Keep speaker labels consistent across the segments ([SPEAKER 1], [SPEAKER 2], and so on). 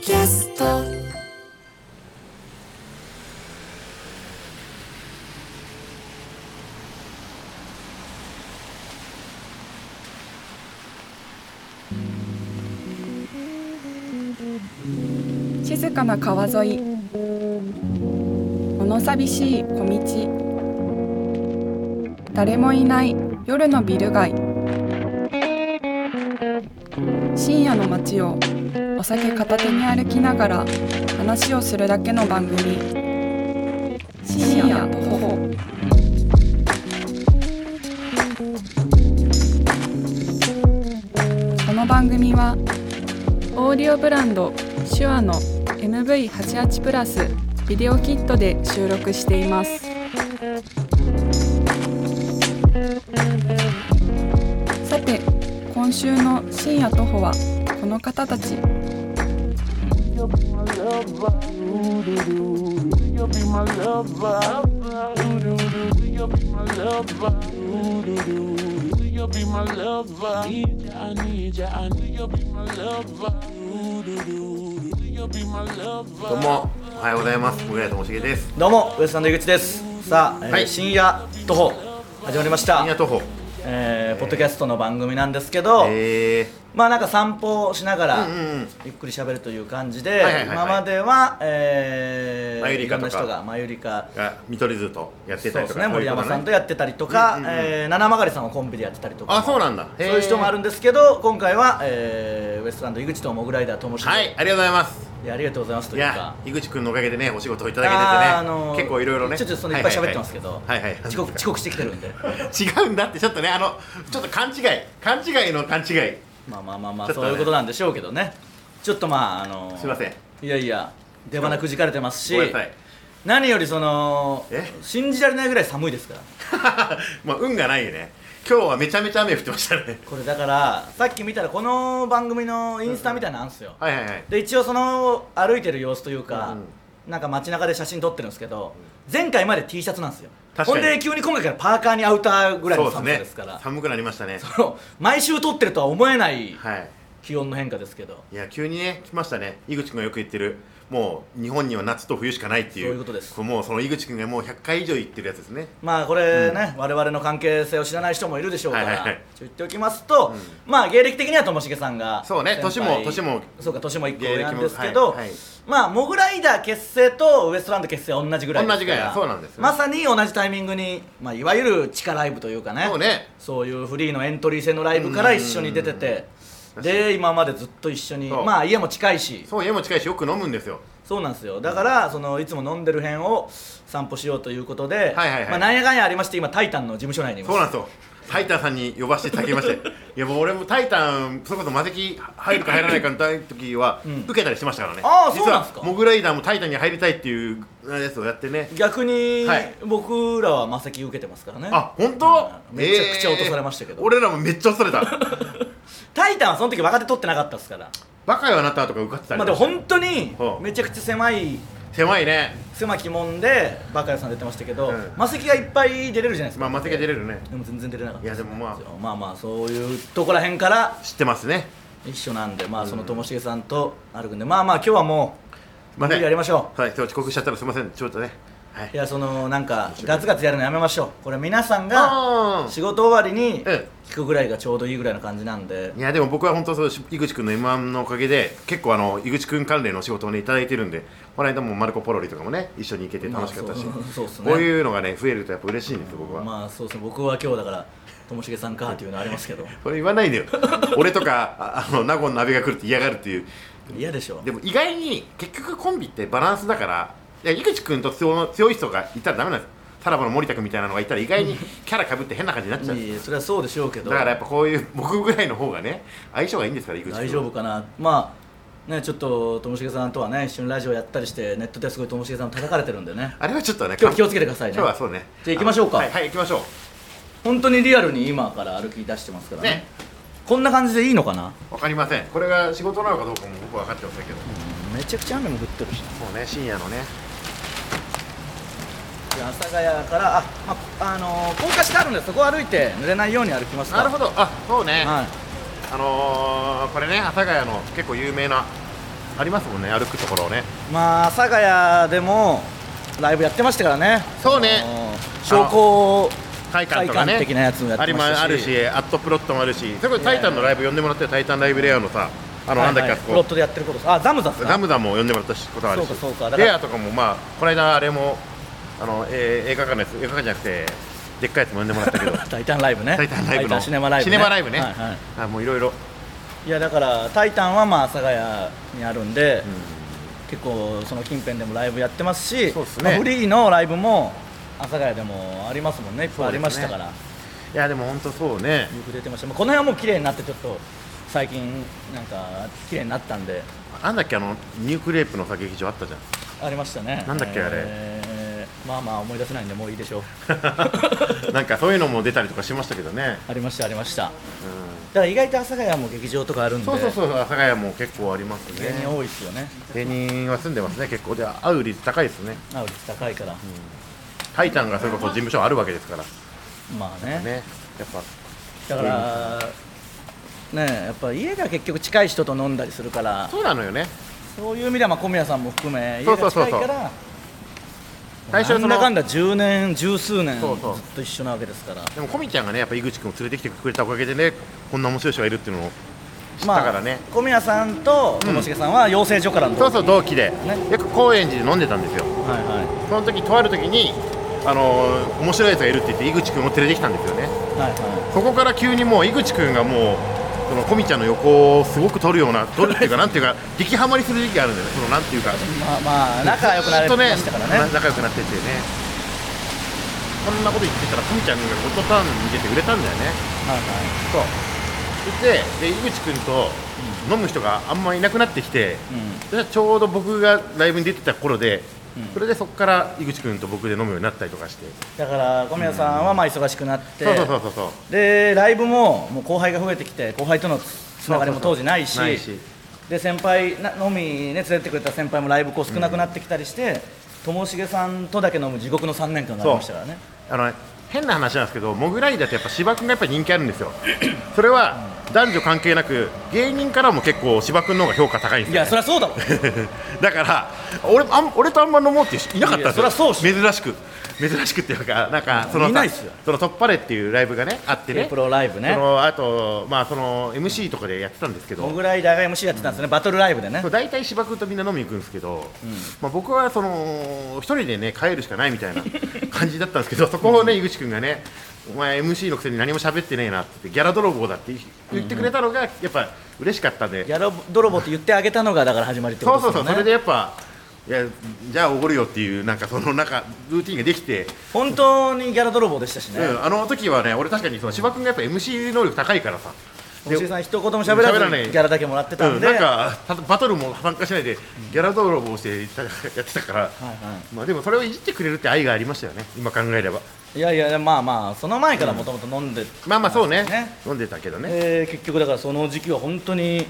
[SPEAKER 1] キャスト
[SPEAKER 2] 静かな川沿い物寂しい小道誰もいない夜のビル街深夜の街をお酒片手に歩きながら話をするだけの番組深夜とほほこの番組はオーディオブランド手話の MV88 プラスビデオキットで収録していますさて今週の深夜徒歩はこの方たち
[SPEAKER 3] You'll be my lover, ooh doo doo. You'll be my lover, ooh doo doo. You'll be my lover, ooh doo doo. You'll be my lover, need ya, I need ya, I need you'll be my lover, ooh doo doo. You'll be my lover.
[SPEAKER 4] どうも、おはようございます。小倉ともしげです。
[SPEAKER 5] どうもウエストランド井口ですさあ、えー
[SPEAKER 4] はい
[SPEAKER 5] 深夜徒歩始まりまし
[SPEAKER 4] 深夜
[SPEAKER 5] た、
[SPEAKER 4] 徒歩。
[SPEAKER 5] えーポッドキャストの番組なんですけど、
[SPEAKER 4] え
[SPEAKER 5] まあなんか散歩をしながら、
[SPEAKER 4] ー、うん。
[SPEAKER 5] ゆっくり喋るという感じで、
[SPEAKER 4] はいはいはいはい
[SPEAKER 5] 今までは、えー
[SPEAKER 4] マユリカ
[SPEAKER 5] いろん
[SPEAKER 4] とか
[SPEAKER 5] な人がマユリカ
[SPEAKER 4] が、見取り図とやって
[SPEAKER 5] そ
[SPEAKER 4] た
[SPEAKER 5] う
[SPEAKER 4] りと
[SPEAKER 5] です
[SPEAKER 4] か。
[SPEAKER 5] ね
[SPEAKER 4] そうい
[SPEAKER 5] 森
[SPEAKER 4] うこ
[SPEAKER 5] 山さんと
[SPEAKER 4] ね
[SPEAKER 5] やってたりとか、
[SPEAKER 4] うんうんうん
[SPEAKER 5] えー七曲さんはコンビでやってたりとか
[SPEAKER 4] あ、そうなんだ。
[SPEAKER 5] そういう人もあるん
[SPEAKER 4] ん
[SPEAKER 5] ですけど今回は、えーウエストランド井口とモグライダーともしげ
[SPEAKER 4] はい、ありがとうございます。
[SPEAKER 5] いやありがとうございますと
[SPEAKER 4] い
[SPEAKER 5] いう
[SPEAKER 4] や
[SPEAKER 5] か、
[SPEAKER 4] 井口くんのおかげでね、お仕事をいただけ
[SPEAKER 5] あーあ
[SPEAKER 4] てて
[SPEAKER 5] の
[SPEAKER 4] ね、
[SPEAKER 5] ー
[SPEAKER 4] 結構いろいろね。
[SPEAKER 5] ちょっとそのいっぱい喋ってますけど、
[SPEAKER 4] はいはいはい。
[SPEAKER 5] 遅刻遅刻してきてるんで
[SPEAKER 4] 違うんだって、ちょっとね、あの、ちょっと勘違い、勘違いの勘違い。
[SPEAKER 5] まあまあまあまあ、
[SPEAKER 4] ちょっと
[SPEAKER 5] そ
[SPEAKER 4] ね
[SPEAKER 5] ういうことなんでしょうけどねちょっとまああの
[SPEAKER 4] すいません
[SPEAKER 5] いやいや出花くじかれてますし
[SPEAKER 4] ごめんなさい。
[SPEAKER 5] 何よりその
[SPEAKER 4] え
[SPEAKER 5] 信じられないぐらい寒いですから
[SPEAKER 4] まあ、運がないよね。今日はめちゃめちゃ雨降ってましたね。
[SPEAKER 5] これだからさっき見たらこの番組のインスタみたいなのあるんですよ、
[SPEAKER 4] はいはいはい。
[SPEAKER 5] で一応その歩いてる様子という
[SPEAKER 4] う
[SPEAKER 5] か
[SPEAKER 4] んうん、
[SPEAKER 5] なんか街中で写真撮ってるんですけど、前回まで T シャツなんですよ
[SPEAKER 4] 確
[SPEAKER 5] ほ
[SPEAKER 4] か
[SPEAKER 5] ん
[SPEAKER 4] に
[SPEAKER 5] で急に今回からパーカーにアウターぐらいの寒さですから
[SPEAKER 4] 寒くなりましたね。
[SPEAKER 5] その毎週撮ってるとは思えない
[SPEAKER 4] はい。
[SPEAKER 5] 気温の変化ですけど、
[SPEAKER 4] いや急にね来ましたね井口君がよく言ってるもう日本には夏と冬しかないっていう
[SPEAKER 5] そういうことです
[SPEAKER 4] れもうその井口君がもう100回以上言ってるやつですね
[SPEAKER 5] まあこれね、我々の関係性を知らない人もいるでしょうから、
[SPEAKER 4] はいはいはい
[SPEAKER 5] ちょっと言っておきますと、まあ芸歴的にはともしげさんが
[SPEAKER 4] そうね
[SPEAKER 5] 先
[SPEAKER 4] 年も
[SPEAKER 5] 輩
[SPEAKER 4] 年も
[SPEAKER 5] そうか年も1個
[SPEAKER 4] 芸
[SPEAKER 5] 上
[SPEAKER 4] 歴も
[SPEAKER 5] なんですけど、
[SPEAKER 4] はいはい
[SPEAKER 5] まあモグライダー結成とウエストランド結成は同じぐらいですから
[SPEAKER 4] 同じぐらいだそうなんですよ
[SPEAKER 5] まさに同じタイミングに、まあ、いわゆる地下ライブというかね
[SPEAKER 4] そうね
[SPEAKER 5] そういうフリーのエントリー制のライブから一緒に出ててで今までずっと一緒に
[SPEAKER 4] そう
[SPEAKER 5] まあ家も近いし
[SPEAKER 4] そう家も近いしよく飲むんですよ
[SPEAKER 5] そうなんですよだからそのいつも飲んでる辺を散歩しようということで、
[SPEAKER 4] はいはいはい
[SPEAKER 5] まあ、なんやかんやありまして今タイタンの事務所内にいます
[SPEAKER 4] そうなんですよタイタンさんに呼ばせていただきま していやもう俺もタイタンそれこそ魔石入るか入らないかの時は
[SPEAKER 5] ん
[SPEAKER 4] 受けたりしてましたからね、
[SPEAKER 5] あーそうなんですか
[SPEAKER 4] 実はモグライダーもタイタンに入りたいっていうやつをやってね
[SPEAKER 5] 逆に、
[SPEAKER 4] はい
[SPEAKER 5] 僕らは魔石受けてますからね
[SPEAKER 4] あ本当、
[SPEAKER 5] うんめちゃくちゃ落とされましたけど
[SPEAKER 4] えー俺らもめっちゃ落とされた
[SPEAKER 5] タイタンはその時若手取ってなかったですから
[SPEAKER 4] バカよあなたとか受かってたり
[SPEAKER 5] まあでも本当に
[SPEAKER 4] ほう
[SPEAKER 5] めちゃくちゃ狭い
[SPEAKER 4] 狭いね
[SPEAKER 5] 狭き門でバカヤさん出てましたけど、
[SPEAKER 4] うん
[SPEAKER 5] 魔石がいっぱい出れるじゃないです
[SPEAKER 4] ま
[SPEAKER 5] か、
[SPEAKER 4] あ魔石が出れるね
[SPEAKER 5] でも全然出れなかった
[SPEAKER 4] いやでもまあ
[SPEAKER 5] ですよまあまあそういうとこら辺から
[SPEAKER 4] 知ってますね
[SPEAKER 5] 一緒なんでまあそのともしげさんと歩くんでまあまあ今日はもう無理やりましょう
[SPEAKER 4] はい、今日遅刻しちゃったらすみません、ちょっとね。はいい。
[SPEAKER 5] やそのなんかガツガツやるのやめましょうこれ皆さんが
[SPEAKER 4] あー
[SPEAKER 5] 仕事終わりに
[SPEAKER 4] うん
[SPEAKER 5] 聞くぐらいがちょうどいいぐらいの感じなんで
[SPEAKER 4] いやでも僕は本当そう井口くんの M1 のおかげで結構あの井口くん関連の仕事をねいただいてるんでこの間もマルコポロリとかもね一緒に行けて楽しかったし、
[SPEAKER 5] まあそうそうっすね
[SPEAKER 4] こういうのがね増えるとやっぱ嬉しいんです僕は、
[SPEAKER 5] まあそうですね僕は今日だからともしげさんかっていうのありますけど
[SPEAKER 4] それ言わないでよ 俺とかああの名護の鍋が来るって嫌がるっていう
[SPEAKER 5] 嫌でしょ
[SPEAKER 4] でも意外に結局コンビってバランスだからいや井口くんと強強い人がいたらダメなんですよさらばの森田君みたいなのがいたら意外にキャラかぶって変な感じになっちゃう
[SPEAKER 5] いいそれはそうでしょうけど
[SPEAKER 4] だからやっぱこういう僕ぐらいの方がね相性がいいんですから井口君
[SPEAKER 5] 大丈夫かなまあねちょっとともしげさんとはね一緒にラジオやったりしてネットですごいともしげさん叩かれてるんでね
[SPEAKER 4] あれはちょっとね
[SPEAKER 5] 今日気をつけてくださいね
[SPEAKER 4] 今日はそうね
[SPEAKER 5] じゃあ行きましょうか
[SPEAKER 4] はい、はい、行きましょ
[SPEAKER 5] 本当にリアルに今から歩き出してますからね
[SPEAKER 4] ね
[SPEAKER 5] こんな感じでいいのかな
[SPEAKER 4] うわかりませんこれが仕事なのかどうかも僕は分かってませんけど
[SPEAKER 5] めちゃくちゃ雨も降ってるし
[SPEAKER 4] そうね深夜のね
[SPEAKER 5] 阿佐ヶ谷からあ、まああのー高架下あるんでそこ歩いて濡れないように歩きますか
[SPEAKER 4] なるほ
[SPEAKER 5] ど、
[SPEAKER 4] どあそうね、
[SPEAKER 5] はい、
[SPEAKER 4] あのー、これね阿佐ヶ谷の結構有名なありますもんね歩くところをね
[SPEAKER 5] まあ阿佐ヶ谷でもライブやってましたからね
[SPEAKER 4] そうね
[SPEAKER 5] あの商工
[SPEAKER 4] タイタンとかね
[SPEAKER 5] タイタン的なやつもやってましたし
[SPEAKER 4] ありあるしアットプロットもあるしそれこそタイタンのライブ呼んでもらってタイタンライブレアのさあのなんだっけあそ
[SPEAKER 5] プロッ
[SPEAKER 4] こ
[SPEAKER 5] トでやってることですあザムザス
[SPEAKER 4] ダムダムも呼んでもらったことあるし
[SPEAKER 5] そうかそうかだから
[SPEAKER 4] レアとかもまあこの間あれもあの、えー映画館のやつ映画館じゃなくてでっかいやつも呼んでもらったけ ど
[SPEAKER 5] タイタンライブね
[SPEAKER 4] タイタンライブの
[SPEAKER 5] シネマライブ、ね、
[SPEAKER 4] シネマライブね
[SPEAKER 5] はいはい
[SPEAKER 4] あもういろいろ
[SPEAKER 5] いやだから「タイタン」はまあ阿佐ヶ谷にあるんで、結構その近辺でもライブやってますし
[SPEAKER 4] そうっすね
[SPEAKER 5] まあフリーのライブも阿佐ヶ谷でもありますもんねいっぱいありましたから、
[SPEAKER 4] いやでも本当そうね
[SPEAKER 5] よく出てました、まあ、この辺はもう綺麗になってちょっと最近なんか綺麗になったんで
[SPEAKER 4] なんだっけあのニュークレープのさ劇場あったじゃん
[SPEAKER 5] ありましたね
[SPEAKER 4] なんだっけあれ
[SPEAKER 5] えーまあまあ思い出せないんでもういいで しょう
[SPEAKER 4] なんかそういうのも出たりとかしましたけどね、
[SPEAKER 5] ありましたありましただ
[SPEAKER 4] う
[SPEAKER 5] から意外と阿佐ヶ谷も劇場とかあるん
[SPEAKER 4] ん、
[SPEAKER 5] で
[SPEAKER 4] そうそうそう阿佐ヶ谷も結構あります
[SPEAKER 5] 芸人
[SPEAKER 4] ね
[SPEAKER 5] 多いですよね
[SPEAKER 4] 芸人は住んでますね結構で会う率高いですね
[SPEAKER 5] アウ率高いから、
[SPEAKER 4] タイタンがそれこそ事務所あるわけですから
[SPEAKER 5] まあね
[SPEAKER 4] ねやっぱ
[SPEAKER 5] だからねえやっぱ家が結局近い人と飲んだりするから
[SPEAKER 4] そうなのよね
[SPEAKER 5] そういう意味ではまあ小宮さんも含め家
[SPEAKER 4] そうそ
[SPEAKER 5] が
[SPEAKER 4] うそう
[SPEAKER 5] 近
[SPEAKER 4] そう
[SPEAKER 5] いから
[SPEAKER 4] 最初は
[SPEAKER 5] な
[SPEAKER 4] その
[SPEAKER 5] んだかんだ10年十数年ず
[SPEAKER 4] そうそう
[SPEAKER 5] っと一緒なわけですから
[SPEAKER 4] でもコミちゃんがねやっぱ井口君を連れてきてくれたおかげでねこんな面白い人がいるっていうのを知ったからね、
[SPEAKER 5] 小宮さんとともしげさんは養成所からの
[SPEAKER 4] そうそう同期で、
[SPEAKER 5] ね
[SPEAKER 4] よく高円寺で飲んでたんですよ
[SPEAKER 5] はいは
[SPEAKER 4] その時とある時にあのー面白いやつがいるって言って井口君を連れてきたんですよね
[SPEAKER 5] いはいは
[SPEAKER 4] そこから急にもう井口君がもうそのコミちゃんの横をすごく取るよう な取るっていうかなんていうか激ハマりする時期があるんだよねそのなんていうか
[SPEAKER 5] いまあまあ仲良くなれ
[SPEAKER 4] ずっとね
[SPEAKER 5] ましたからね
[SPEAKER 4] 仲良くなっててねこんなこと言ってたらコミちゃんがゴッドタウンに出て売れたんだよね
[SPEAKER 5] はい
[SPEAKER 4] そうでで井口君と飲む人があんまいなくなってきて、
[SPEAKER 5] は
[SPEAKER 4] でちょうど僕がライブに出てた頃で、
[SPEAKER 5] うん
[SPEAKER 4] それでそこから井口君と僕で飲むようになったりとかして、
[SPEAKER 5] いだから小宮さんはまあ忙しくなって
[SPEAKER 4] そうそうそうそうそう
[SPEAKER 5] でライブももう後輩が増えてきて後輩とのつながりも当時ないし
[SPEAKER 4] ないし
[SPEAKER 5] で先輩なのみね連れてくれた先輩もライブこう少なくなってきたりして、ともしげさんとだけ飲む地獄の3年間がありましたからね
[SPEAKER 4] あのね変な話なんですけどモグライダーってやっぱ芝君がやっぱ人気あるんです よそれは男女関係なく芸人からも結構芝君の方が評価高いん
[SPEAKER 5] い
[SPEAKER 4] で
[SPEAKER 5] や
[SPEAKER 4] す
[SPEAKER 5] そ
[SPEAKER 4] よ、
[SPEAKER 5] りゃそうだもん
[SPEAKER 4] だから俺あん俺とあんま飲もうっていう人いなかったんですよ
[SPEAKER 5] いやそりゃそうっ
[SPEAKER 4] 珍しく珍しくっていうかなんかそのさ
[SPEAKER 5] いないっすよ
[SPEAKER 4] その「突破れ」っていうライブがねあってね
[SPEAKER 5] プロライブね
[SPEAKER 4] そのあとまあその MC とかでやってたんですけど
[SPEAKER 5] モグライダーが MC やってたんですよね、バトルライブでね
[SPEAKER 4] そう大体芝生とみんな飲みに行くんですけど、まあ、僕はその一人でね帰るしかないみたい な感じだったんですけどそこをね井口君がねお前 MC のくせに何も喋ってねえなって言ってギャラ泥棒だって言ってくれたのがやっぱ嬉しかったんで、
[SPEAKER 5] ギャラ泥棒って言ってあげたのがだから始まりってこ
[SPEAKER 4] そうそ
[SPEAKER 5] とで
[SPEAKER 4] うそ
[SPEAKER 5] すよ
[SPEAKER 4] う
[SPEAKER 5] ね
[SPEAKER 4] それでやっぱいやじゃあおごるよっていうなんかそのなんかルーティンができて、
[SPEAKER 5] 本当にギャラ泥棒でしたしね、
[SPEAKER 4] うんあの時はね俺確かにその芝君がやっぱ MC 能力高いからさ
[SPEAKER 5] ともしげさん一言も喋ら
[SPEAKER 4] 喋ら
[SPEAKER 5] ず
[SPEAKER 4] ない
[SPEAKER 5] にギャラだけもらってたんで、
[SPEAKER 4] うん、なんかたバトルも参加しないでギャラ泥棒をしていたやってたから、まあ、でもそれをいじってくれるって愛がありましたよね今考えれば
[SPEAKER 5] いやいやまあまあその前からもともと飲んで、
[SPEAKER 4] まあまあそうね
[SPEAKER 5] ね
[SPEAKER 4] 飲んでたけどね、
[SPEAKER 5] えー結局だからその時期は本当に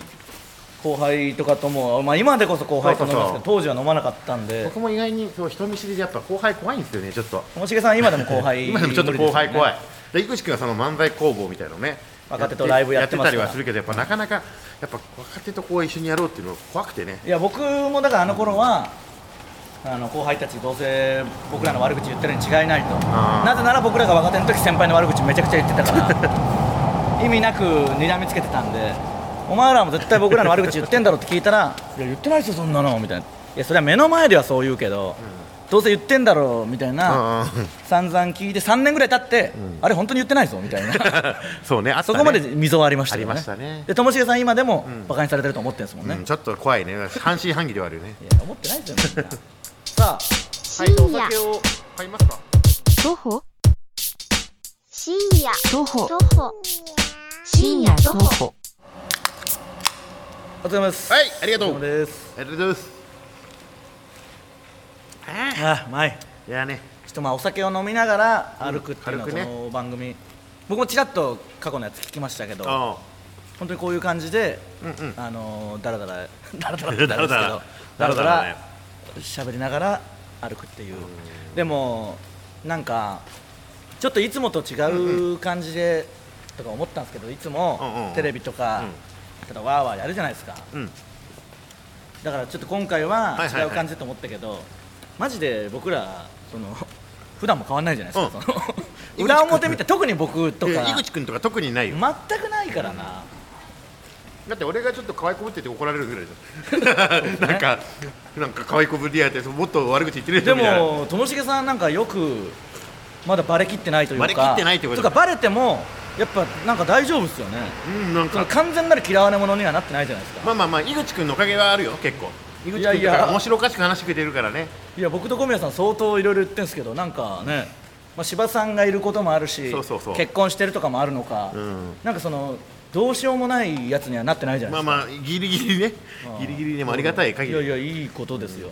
[SPEAKER 5] 後輩とかとも、まあ、今でこそ後輩と飲みますけど
[SPEAKER 4] そう
[SPEAKER 5] 当時は飲まなかったんで
[SPEAKER 4] 僕も意外にそう人見知りでやっぱ後輩怖いんですよねちょっと
[SPEAKER 5] ともしげさんは今でも後輩
[SPEAKER 4] 今でもちょっと後輩怖い
[SPEAKER 5] 無理、
[SPEAKER 4] で井口君はその漫才工房みたいなのね
[SPEAKER 5] 若手とライブやってますから
[SPEAKER 4] やってたりはするけどやっぱなかなかやっぱ若手とこう一緒にやろうっていうの怖くてね
[SPEAKER 5] ですよねいや僕もだからあの頃はあの後輩たちどうせ僕らの悪口言ってるに違いないと
[SPEAKER 4] あー
[SPEAKER 5] なぜなら僕らが若手の時先輩の悪口めちゃくちゃ言ってたか ら意味なく睨みつけてたんでお前らも絶対僕らの悪口言ってんだろって聞いたら「いや言ってないですよそんなの」みたいな「いやそれは目の前ではそう言うけど、どうせ言ってんだろ」みたいな、
[SPEAKER 4] あ
[SPEAKER 5] 散々聞いて3年ぐらい経って、あれ本当に言ってないぞみたい な
[SPEAKER 4] あ そうねあった
[SPEAKER 5] そ
[SPEAKER 4] ね
[SPEAKER 5] こまで溝はありましたよね
[SPEAKER 4] ありましたね
[SPEAKER 5] でともしげさん今でもバカにされてると思ってるんですもんね、
[SPEAKER 4] うん、ちょっと怖いね半信半疑ではあるよね
[SPEAKER 5] いや思ってないじゃないですかさあ
[SPEAKER 4] はいお酒を買いますか
[SPEAKER 1] 徒歩
[SPEAKER 6] 深夜
[SPEAKER 1] 徒歩
[SPEAKER 6] 徒歩
[SPEAKER 1] 深夜徒歩
[SPEAKER 5] お疲れ様です
[SPEAKER 4] はいありがとう
[SPEAKER 5] お疲れ様です
[SPEAKER 4] ありがとうございますあ
[SPEAKER 5] あうまい
[SPEAKER 4] ーいやね
[SPEAKER 5] ちょっとまあお酒を飲みながら歩くっていうのは
[SPEAKER 4] うん
[SPEAKER 5] こ
[SPEAKER 4] 軽くね
[SPEAKER 5] の番組、僕もちらっと過去のやつ聞きましたけど
[SPEAKER 4] あ
[SPEAKER 5] 本当にこういう感じで
[SPEAKER 4] あうんうん
[SPEAKER 5] あのー、だらだ らだらだ ら
[SPEAKER 4] だらだら
[SPEAKER 5] だらだ
[SPEAKER 4] ね
[SPEAKER 5] ら喋りながら歩くっていうでもなんかちょっといつもと違う感じでとか思ったんですけどいつ
[SPEAKER 4] うんうんう
[SPEAKER 5] も
[SPEAKER 4] ん
[SPEAKER 5] テレビとか
[SPEAKER 4] うん
[SPEAKER 5] ただわーわーやるじゃないですか
[SPEAKER 4] うん
[SPEAKER 5] だからちょっと今回は違う感じだと思ったけど、マジで僕らその 普段も変わんないじゃないですか、その 裏表見て特に僕と
[SPEAKER 4] え
[SPEAKER 5] か
[SPEAKER 4] ー井口君とか特にないよ、
[SPEAKER 5] 全くないからな、
[SPEAKER 4] だって俺がちょっと可愛こぶってて怒られるぐらいじゃん なんかなんか可愛こぶりやってもっと悪口言ってる
[SPEAKER 5] で
[SPEAKER 4] 人みたいな
[SPEAKER 5] もともしげさんなんかよくまだバレきってないというか
[SPEAKER 4] バレきってないってこと
[SPEAKER 5] かバレてもやっぱなんか大丈夫ですよね
[SPEAKER 4] うんなん
[SPEAKER 5] その
[SPEAKER 4] か
[SPEAKER 5] 完全なる嫌われ者にはなってないじゃないですか、
[SPEAKER 4] まあまあまあ井口君のおかげはあるよ結構井口
[SPEAKER 5] いや
[SPEAKER 4] 君
[SPEAKER 5] い
[SPEAKER 4] と
[SPEAKER 5] や
[SPEAKER 4] か面白おかしく話してくれてるからね
[SPEAKER 5] いや僕と小宮さん相当いろいろ言ってるんですけどなんかね、まあ、柴さんがいることもあるし
[SPEAKER 4] そうそうそう
[SPEAKER 5] 結婚してるとかもあるのか、
[SPEAKER 4] うん
[SPEAKER 5] なんかそのどうしようもないやつにはなってないじゃな
[SPEAKER 4] ま
[SPEAKER 5] い
[SPEAKER 4] あ
[SPEAKER 5] ですか、
[SPEAKER 4] まあギリギリねギリギリでもありがたい限
[SPEAKER 5] いやい
[SPEAKER 4] り
[SPEAKER 5] やいいことですよ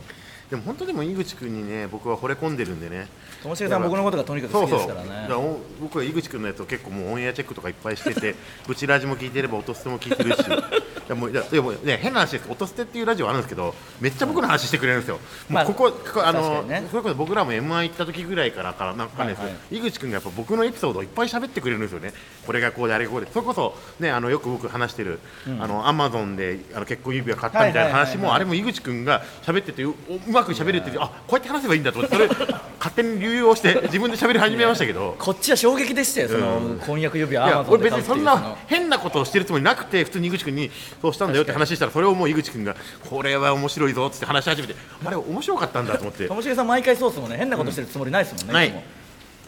[SPEAKER 4] でも本当でも井口君にね僕は惚れ込んでるんでね
[SPEAKER 5] ともしげさんは僕のことがとにかく
[SPEAKER 4] そ
[SPEAKER 5] 好
[SPEAKER 4] う
[SPEAKER 5] き
[SPEAKER 4] そう
[SPEAKER 5] です
[SPEAKER 4] だ
[SPEAKER 5] から
[SPEAKER 4] か
[SPEAKER 5] ね
[SPEAKER 4] らお僕は井口君のやつを結構もうオンエアチェックとかいっぱいしててブチラジも聞いてれば音捨ても聞いてるし いやもういやでもね変な話です音捨てっていうラジオあるんですけどめっちゃ僕の話してくれるんですよ、
[SPEAKER 5] まあ
[SPEAKER 4] もうここここあ
[SPEAKER 5] 確か
[SPEAKER 4] の、
[SPEAKER 5] にね
[SPEAKER 4] それこそ僕らも m 1行った時ぐらいからからなんかね、
[SPEAKER 5] はいはい
[SPEAKER 4] 井口君がやっぱ僕のエピソードをいっぱい喋ってくれるんですよねこれがこうであれがこうでそれこそねあのよく僕話してる、あのアマゾンであの結婚指輪買ったみたいな話も
[SPEAKER 5] は
[SPEAKER 4] あ
[SPEAKER 5] いはいはいはい
[SPEAKER 4] れも井口君が喋っててううまく喋れててあこうやって話せばいいんだと思ってそれ勝手に流用して自分で喋り始めましたけ ど
[SPEAKER 5] こっちは衝撃でしたよその婚約指
[SPEAKER 4] い
[SPEAKER 5] 輪ア
[SPEAKER 4] や
[SPEAKER 5] マゾン
[SPEAKER 4] 俺
[SPEAKER 5] で
[SPEAKER 4] 別
[SPEAKER 5] 買う
[SPEAKER 4] に
[SPEAKER 5] ってい
[SPEAKER 4] そ
[SPEAKER 5] うんそ
[SPEAKER 4] な
[SPEAKER 5] の
[SPEAKER 4] 変なことをしてるつもりなくて普通に井口君にそうしたんだよって話したらそれをもう井口君がこれは面白いぞっつって話し始めてあれ面白かったんだと思って
[SPEAKER 5] ともしげさん毎回そうですもんね変なことしてるつもりないですもんね、
[SPEAKER 4] うんない
[SPEAKER 5] つも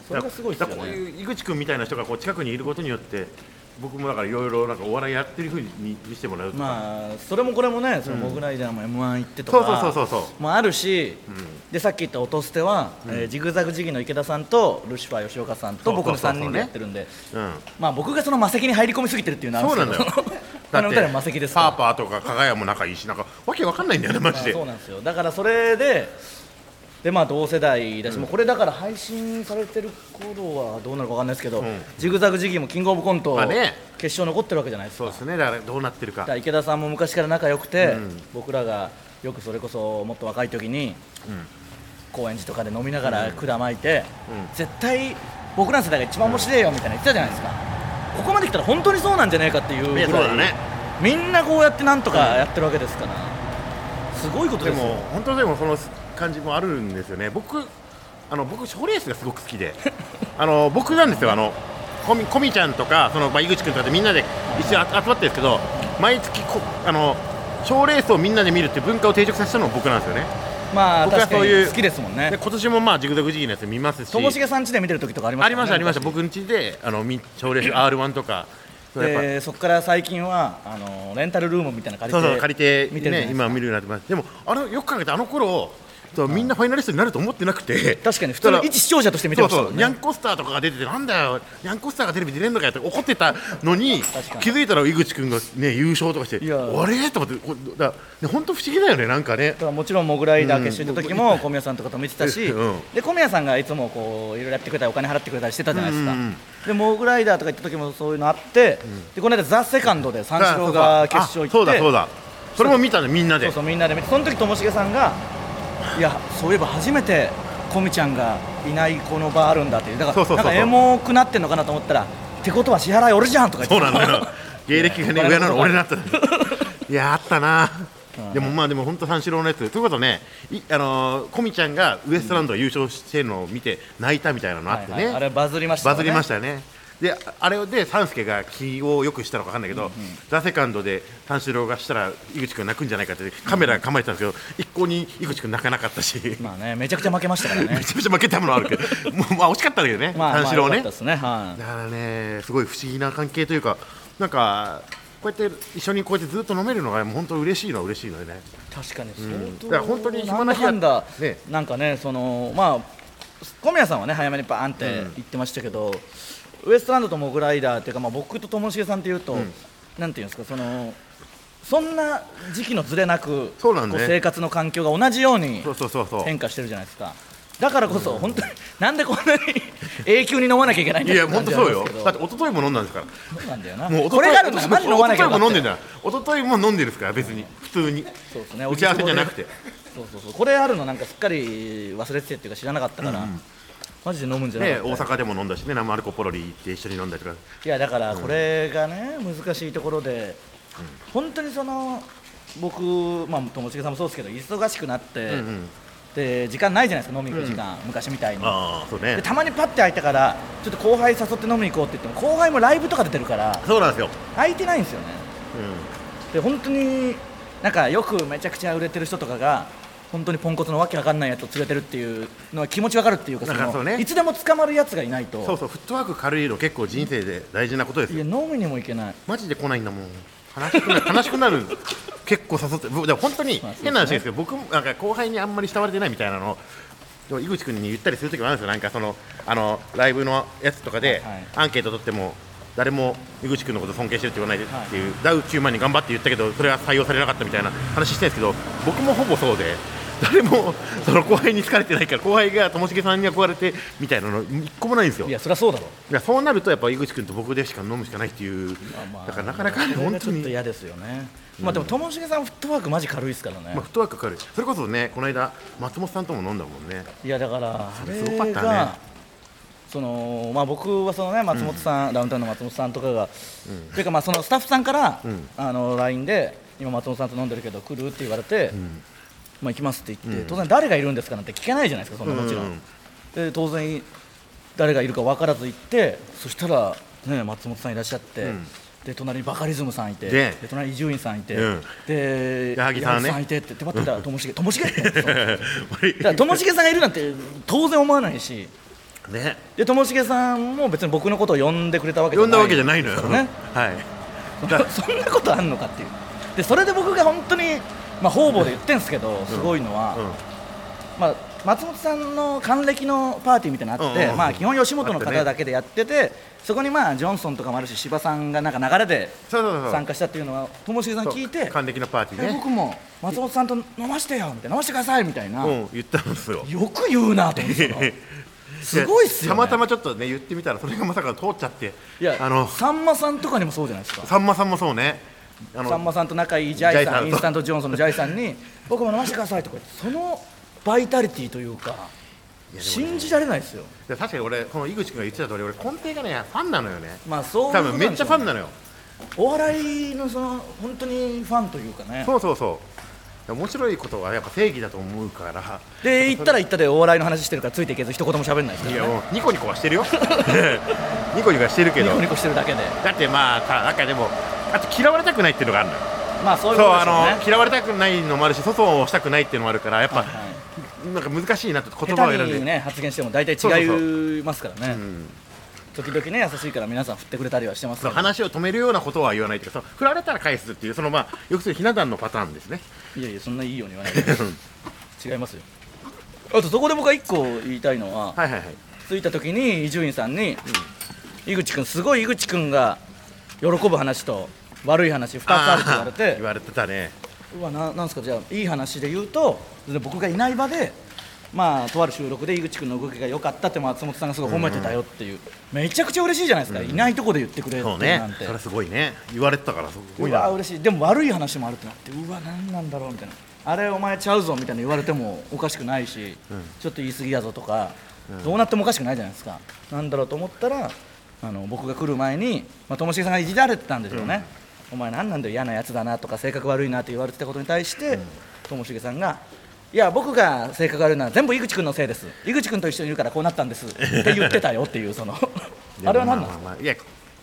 [SPEAKER 5] それがすごいです
[SPEAKER 4] だ
[SPEAKER 5] よ
[SPEAKER 4] からこう
[SPEAKER 5] ね
[SPEAKER 4] いう井口君みたいな人がこう近くにいることによって僕もだからいろいろなんかお笑いやってるふうに見せてもらうとか、
[SPEAKER 5] まあそれもこれもねその僕ら以外も m 1行ってと
[SPEAKER 4] そ
[SPEAKER 5] か
[SPEAKER 4] うそうそうそうそ
[SPEAKER 5] もあるし、でさっき言った「音捨ては」えージグザグジギーの池田さんとルシファー吉岡さんと僕の
[SPEAKER 4] そうそうそうそう
[SPEAKER 5] 3人でやってるんで
[SPEAKER 4] うん
[SPEAKER 5] まあ僕がその魔石に入り込みすぎてるっていうのは
[SPEAKER 4] そう
[SPEAKER 5] あ
[SPEAKER 4] な
[SPEAKER 5] る
[SPEAKER 4] ん
[SPEAKER 5] んで
[SPEAKER 4] だ
[SPEAKER 5] す
[SPEAKER 4] よ
[SPEAKER 5] けど あの歌は魔石です
[SPEAKER 4] パ
[SPEAKER 5] か
[SPEAKER 4] ーパーとか加賀屋も仲いいしなんかわけわかんないんだよねマ
[SPEAKER 5] ら
[SPEAKER 4] ジで
[SPEAKER 5] そうなんですよだからそれででまあ同世代だし、もうこれだから配信されてる頃はどうなるかわかんないですけど、
[SPEAKER 4] うん
[SPEAKER 5] ジグザグジギーもキングオブコント
[SPEAKER 4] まあね
[SPEAKER 5] 決勝残ってるわけじゃないです
[SPEAKER 4] そ
[SPEAKER 5] か
[SPEAKER 4] うですねだからどうなってるか
[SPEAKER 5] だから池田さんも昔から仲良くて、
[SPEAKER 4] うん
[SPEAKER 5] 僕らがよくそれこそもっと若い時に、高円寺とかで飲みながら管巻いて、
[SPEAKER 4] うん
[SPEAKER 5] 絶対僕らの世代が一番面白いよみたいな言ってたじゃないですか、ここまで来たら本当にそうなんじゃないかっていうぐらい
[SPEAKER 4] いやそうだね
[SPEAKER 5] みんなこうやってなんとかやってるわけですから、すごいこと
[SPEAKER 4] で
[SPEAKER 5] ですよ
[SPEAKER 4] も本当でもその感じもあるんですよね僕あの僕賞レースがすごく好きで あの僕なんですよあのコミコミちゃんとかその、まあ、井口君とかでみんなで一緒に集まってるんですけど毎月こあの賞レースをみんなで見るっていう文化を定着させたのも僕なんですよね
[SPEAKER 5] まあ
[SPEAKER 4] 僕は
[SPEAKER 5] 確か
[SPEAKER 4] そういう
[SPEAKER 5] に好きですもん
[SPEAKER 4] で
[SPEAKER 5] ね
[SPEAKER 4] 今年もまあジグザグジギーのやつ見ますし
[SPEAKER 5] ともしげさん家で見てる時とかありま
[SPEAKER 4] あ
[SPEAKER 5] した
[SPEAKER 4] りまし
[SPEAKER 5] よね
[SPEAKER 4] たありました僕ん家であのみ賞レース R1 とかそうやっぱ
[SPEAKER 5] でそこから最近はあのレンタルルームみたいなの借り
[SPEAKER 4] そう
[SPEAKER 5] て
[SPEAKER 4] そう借りて
[SPEAKER 5] 見てるじゃないです
[SPEAKER 4] ね
[SPEAKER 5] か
[SPEAKER 4] 今見るようになってますでもあれよく考えてあの頃そうみんなファイナリストになると思ってなくて
[SPEAKER 5] 確かに普通の
[SPEAKER 4] ただ
[SPEAKER 5] 一視聴者として見てましたもん
[SPEAKER 4] そ
[SPEAKER 5] ね
[SPEAKER 4] うそうヤンコスターとかが出ててなんだよヤンコスターがテレビ出れんのかよって怒ってたのに
[SPEAKER 5] かに
[SPEAKER 4] 気づいたら井口君がね優勝とかして
[SPEAKER 5] いや
[SPEAKER 4] あれと思ってこだからね本当不思議だよねなんかね
[SPEAKER 5] だからもちろんモグライダー決勝行った時も小宮さんとかと見てたし、
[SPEAKER 4] うん
[SPEAKER 5] で小宮さんがいつもこういろいろやってくれたりお金払ってくれたりしてたじゃないですか、
[SPEAKER 4] うんうん
[SPEAKER 5] でモグライダーとか行った時もそういうのあって、でこの間「ザ・セカンドで三四郎が決勝行って
[SPEAKER 4] あそうだそうだそれも見たねみんな
[SPEAKER 5] そ
[SPEAKER 4] で
[SPEAKER 5] うそうみんなで見てその時ともしげさんがいやそういえば初めて小宮ちゃんがいないこの場あるんだっていうだか
[SPEAKER 4] そう
[SPEAKER 5] ら
[SPEAKER 4] そう
[SPEAKER 5] な
[SPEAKER 4] そ
[SPEAKER 5] ん
[SPEAKER 4] う
[SPEAKER 5] かエモくなってんのかなと思ったらってことは支払い俺じゃんとか
[SPEAKER 4] そ
[SPEAKER 5] 言
[SPEAKER 4] う
[SPEAKER 5] って
[SPEAKER 4] な
[SPEAKER 5] た
[SPEAKER 4] んだ よ芸歴がね
[SPEAKER 5] うん
[SPEAKER 4] 上なの俺だったいやあったなでもまあでも本当三四郎のやつということねいあのーコミちゃんがウエストランドが優勝してるのを見て泣いたみたいなのあって
[SPEAKER 5] はいはいあれ
[SPEAKER 4] ね
[SPEAKER 5] バズりましたよ
[SPEAKER 4] バ
[SPEAKER 5] ね
[SPEAKER 4] ズりましたよねであれで三助が気をよくしたのか分かんないけど「ザ・セカンドで三四郎がしたら井口君泣くんじゃないかってカメラが構えてたんですけど一向に井口君泣かなかったしめ
[SPEAKER 5] まあねめちゃくちゃ負けましたからね
[SPEAKER 4] ち ゃめちゃ負けたものあるけどもうまあ惜しかったんだけどね
[SPEAKER 5] まあ、
[SPEAKER 4] 三四郎ね
[SPEAKER 5] まあ良かったですねはい
[SPEAKER 4] だからね、すごい不思議な関係というか、なんか、こうやって一緒にこうやってずっと飲めるのが、もう本当嬉しいのは嬉しいのよね。
[SPEAKER 5] 確かに
[SPEAKER 4] だから本当に
[SPEAKER 5] な
[SPEAKER 4] 暇
[SPEAKER 5] んだ
[SPEAKER 4] な日は
[SPEAKER 5] かんだ、
[SPEAKER 4] ね
[SPEAKER 5] なんかねそのまあ小宮さんはね早めにバーンって言ってましたけど、ウエストランドとモグライダーっていうか、まあ、僕とともしげさんっていうと、なんていうんですかそのそんな時期のずれなく
[SPEAKER 4] そうなんだね
[SPEAKER 5] こ生活の環境が同じように
[SPEAKER 4] そうそうそうそう。
[SPEAKER 5] 変化してるじゃないですかだからこそ、本当になんでこんなに 永久に飲まなきゃいけないん
[SPEAKER 4] い
[SPEAKER 5] だって
[SPEAKER 4] や、本当そうよ
[SPEAKER 5] 感じ。
[SPEAKER 4] だ
[SPEAKER 5] な
[SPEAKER 4] っ
[SPEAKER 5] ん
[SPEAKER 4] て、
[SPEAKER 5] です
[SPEAKER 4] 一昨日も飲んだんですから。
[SPEAKER 5] けどそうなんだよ
[SPEAKER 4] も
[SPEAKER 5] な
[SPEAKER 4] う一昨日
[SPEAKER 5] これがあるんだマジで飲まなきゃ
[SPEAKER 4] 一昨日も飲んでんだ
[SPEAKER 5] よかっ
[SPEAKER 4] よ。一昨日も飲んでるんですから、別に、普通に。
[SPEAKER 5] たそうですね
[SPEAKER 4] 打ち合わせじゃなくて。
[SPEAKER 5] そうそうそうこれあるのなんかすっかり忘れててっていうか知らなかったから、マジで飲むんじゃない、
[SPEAKER 4] ね、大阪でも飲んだしね、生アルコポロリ行って一緒に飲んだりとか。
[SPEAKER 5] いやだからこれがね、難しいところで、本当にその僕まあともしげさんもそうですけど忙しくなって、
[SPEAKER 4] うんうん
[SPEAKER 5] で時間ないじゃないですか飲みに行く時間、昔みたいに
[SPEAKER 4] ああそうね
[SPEAKER 5] でたまにパッて空いたからちょっと後輩誘って飲みに行こうって言っても後輩もライブとか出てるから
[SPEAKER 4] そうなんですよ、
[SPEAKER 5] 空いてないんですよねで本当になんかよくめちゃくちゃ売れてる人とかが本当にポンコツのわけわかんないやつを連れてるっていうのは気持ちわかるっていうか
[SPEAKER 4] なんかそうね
[SPEAKER 5] いつでも捕まるやつがいないと
[SPEAKER 4] うん、そうそうフットワーク軽いの結構人生で大事なことです
[SPEAKER 5] いや
[SPEAKER 4] よ
[SPEAKER 5] 飲みにも行けない
[SPEAKER 4] マジで来ないんだもん悲しくな る悲しくなる結構誘って僕でも本当に
[SPEAKER 5] まあそうですね
[SPEAKER 4] 変な話ですけど、僕もなんか後輩にあんまり慕われてないみたいなのをでも井口君に言ったりする時もあるんですよなんかそのあのライブのやつとかで、
[SPEAKER 5] はい
[SPEAKER 4] アンケート取っても誰も井口君のこと尊敬してるって言わないで
[SPEAKER 5] はい
[SPEAKER 4] っていう、ダウ9万に頑張って言ったけどそれは採用されなかったみたいな話してるんですけど僕もほぼそうで誰もその後輩に好かれてないから後輩がともしげさんに憧れてみたいなの一個もないんですよ
[SPEAKER 5] いやそりゃそうだろ
[SPEAKER 4] いやそうなるとやっぱ井口君と僕でしか飲むしかないっていう、だからなかなかね
[SPEAKER 5] それ
[SPEAKER 4] 本
[SPEAKER 5] がち
[SPEAKER 4] 当
[SPEAKER 5] ょっと
[SPEAKER 4] に、
[SPEAKER 5] 嫌ですよね、まあでもともしげさんフットワークマジ軽いですからね、
[SPEAKER 4] まあ、フットワークかかるそれこそねこの間松本さんとも飲んだもんね
[SPEAKER 5] いやだからそ
[SPEAKER 4] れ
[SPEAKER 5] れ
[SPEAKER 4] すごかったね
[SPEAKER 5] がそのまあ僕はそのね松本さん、ダウンタウンの松本さんとかが、というかまあそのスタッフさんから、
[SPEAKER 4] ん
[SPEAKER 5] あの LINE で今松本さんと飲んでるけど来るって言われて、まあ行きますって言って、当然誰がいるんですかなんて聞けないじゃないですかそんなもちろん、
[SPEAKER 4] うん
[SPEAKER 5] で当然誰がいるか分からず行ってそしたらね松本さんいらっしゃって、
[SPEAKER 4] うん
[SPEAKER 5] で隣にバカリズムさんいて
[SPEAKER 4] で
[SPEAKER 5] 隣に伊集院さんいて、
[SPEAKER 4] うん
[SPEAKER 5] で
[SPEAKER 4] 矢作さんね
[SPEAKER 5] 矢いてってで待ってたらともしげともし げって言ってたんですよだからと
[SPEAKER 4] と
[SPEAKER 5] もしげさんがいるなんて当然思わないし
[SPEAKER 4] ね
[SPEAKER 5] でともしげさんも別に僕のことを呼んでくれたわけ
[SPEAKER 4] 呼んだわけじゃないの
[SPEAKER 5] で
[SPEAKER 4] よ、
[SPEAKER 5] すからね
[SPEAKER 4] はいだ
[SPEAKER 5] そんなことあんのかっていうでそれで僕が本当にまあ方々で言ってんですけどすごいのは、
[SPEAKER 4] うん
[SPEAKER 5] まあ、松本さんの還暦のパーティーみたいなのあっ
[SPEAKER 4] うん
[SPEAKER 5] て、
[SPEAKER 4] うんうん
[SPEAKER 5] まあ、基本吉本の
[SPEAKER 4] あったね
[SPEAKER 5] 方だけでやってて、そこにまあジョンソンとかもあるし芝さんがなんか流れで
[SPEAKER 4] そうそうそう
[SPEAKER 5] 参加したっていうのはともしげさん
[SPEAKER 4] そう
[SPEAKER 5] 聞いて、
[SPEAKER 4] 還暦のパーティー
[SPEAKER 5] え
[SPEAKER 4] ね
[SPEAKER 5] 僕も松本さんと飲ましてよみたいな飲ましてくださいみたいな、
[SPEAKER 4] うん言ったんですよ
[SPEAKER 5] よく言うなと思って たのすごいっすよ、
[SPEAKER 4] た
[SPEAKER 5] ね、
[SPEAKER 4] またまちょっとね言ってみたらそれがまさか通っちゃって
[SPEAKER 5] いや
[SPEAKER 4] あの
[SPEAKER 5] さんまさんとかにもそうじゃないですか
[SPEAKER 4] さんまさんもそうねあの
[SPEAKER 5] さんまさんと仲いいジャイさん
[SPEAKER 4] ジャイさんと
[SPEAKER 5] インスタントジョンソンのジャイさ んに僕も飲ませてくださいとか言ってそのバイタリティという
[SPEAKER 4] い
[SPEAKER 5] か
[SPEAKER 4] やでもね
[SPEAKER 5] 信じられないですよ
[SPEAKER 4] いや確かに俺この井口君が言ってた通り俺根底がねファンなのよね
[SPEAKER 5] まあそうい
[SPEAKER 4] 多
[SPEAKER 5] うことな
[SPEAKER 4] 分
[SPEAKER 5] ん
[SPEAKER 4] め
[SPEAKER 5] でしょうね
[SPEAKER 4] っちゃファンなのよ
[SPEAKER 5] お笑いのその本当にファンというかね
[SPEAKER 4] そうそうそう面白いことはやっぱ正義だと思うから
[SPEAKER 5] で行ったら行ったでお笑いの話してるからついていけず一言も喋んないです
[SPEAKER 4] い
[SPEAKER 5] か
[SPEAKER 4] や
[SPEAKER 5] ら、ね、
[SPEAKER 4] もうニコニコはしてるよ ニコニコはしてるけ
[SPEAKER 5] ニ
[SPEAKER 4] ど
[SPEAKER 5] コニコしてるだけで
[SPEAKER 4] だってまあさなんかでもあと嫌われたくないっていうのがあるのよ
[SPEAKER 5] まあそういう
[SPEAKER 4] そ
[SPEAKER 5] こ
[SPEAKER 4] う
[SPEAKER 5] とで
[SPEAKER 4] あ
[SPEAKER 5] すよね
[SPEAKER 4] の嫌われたくないのもあるし外をしたくないっていうのもあるからやっぱ、
[SPEAKER 5] はいはい
[SPEAKER 4] なんか難しいなって言葉を
[SPEAKER 5] 下
[SPEAKER 4] 選ん
[SPEAKER 5] 手
[SPEAKER 4] で、
[SPEAKER 5] にね発言しても大体
[SPEAKER 4] そうそう
[SPEAKER 5] 違いますからね
[SPEAKER 4] ん
[SPEAKER 5] 時々ね優しいから皆さん振ってくれたりはしてま
[SPEAKER 4] そ
[SPEAKER 5] すけ
[SPEAKER 4] う
[SPEAKER 5] ど
[SPEAKER 4] 話を止めるようなことは言わないというかそう振られたら返すっていうそのまあよくするひな壇のパターンですね
[SPEAKER 5] いやいやそんないいように言わないで 違いますよあとそこで僕が一個言いたいの
[SPEAKER 4] は
[SPEAKER 5] は、
[SPEAKER 4] いはいはい
[SPEAKER 5] 着いた時に伊集院さんに、井口君すごい井口君が喜ぶ話と悪い話2つある
[SPEAKER 4] あ
[SPEAKER 5] って言われて
[SPEAKER 4] ー言われてたね
[SPEAKER 5] うわななんすかじゃあいい話で言うとで僕がいない場でまあとある収録で井口君の動きが良かったって松本さんがすごい褒めてたよっていう、めちゃくちゃ嬉しいじゃないですか、いないとこで言ってくれる
[SPEAKER 4] そう
[SPEAKER 5] な
[SPEAKER 4] ね
[SPEAKER 5] んて
[SPEAKER 4] それすごいね言われてたからすご
[SPEAKER 5] う
[SPEAKER 4] いな
[SPEAKER 5] わ嬉しいでも悪い話もあるってなってうわ何なんだろうみたいなあれお前ちゃうぞみたいな言われてもおかしくないし、ちょっと言い過ぎやぞとか、どうなってもおかしくないじゃないですかなんだろうと思ったらあの僕が来る前にまあともしげさんがいじられてたんでしょうね、お前何なんだよ嫌なやつだなとか性格悪いなって言われてたことに対してともしげさんがいや僕が性格悪いのは全部井口君のせいです井口君と一緒にいるからこうなったんですって言ってたよっていう その
[SPEAKER 4] でも
[SPEAKER 5] あれは何なん
[SPEAKER 4] ま
[SPEAKER 5] ですか
[SPEAKER 4] まあまあいや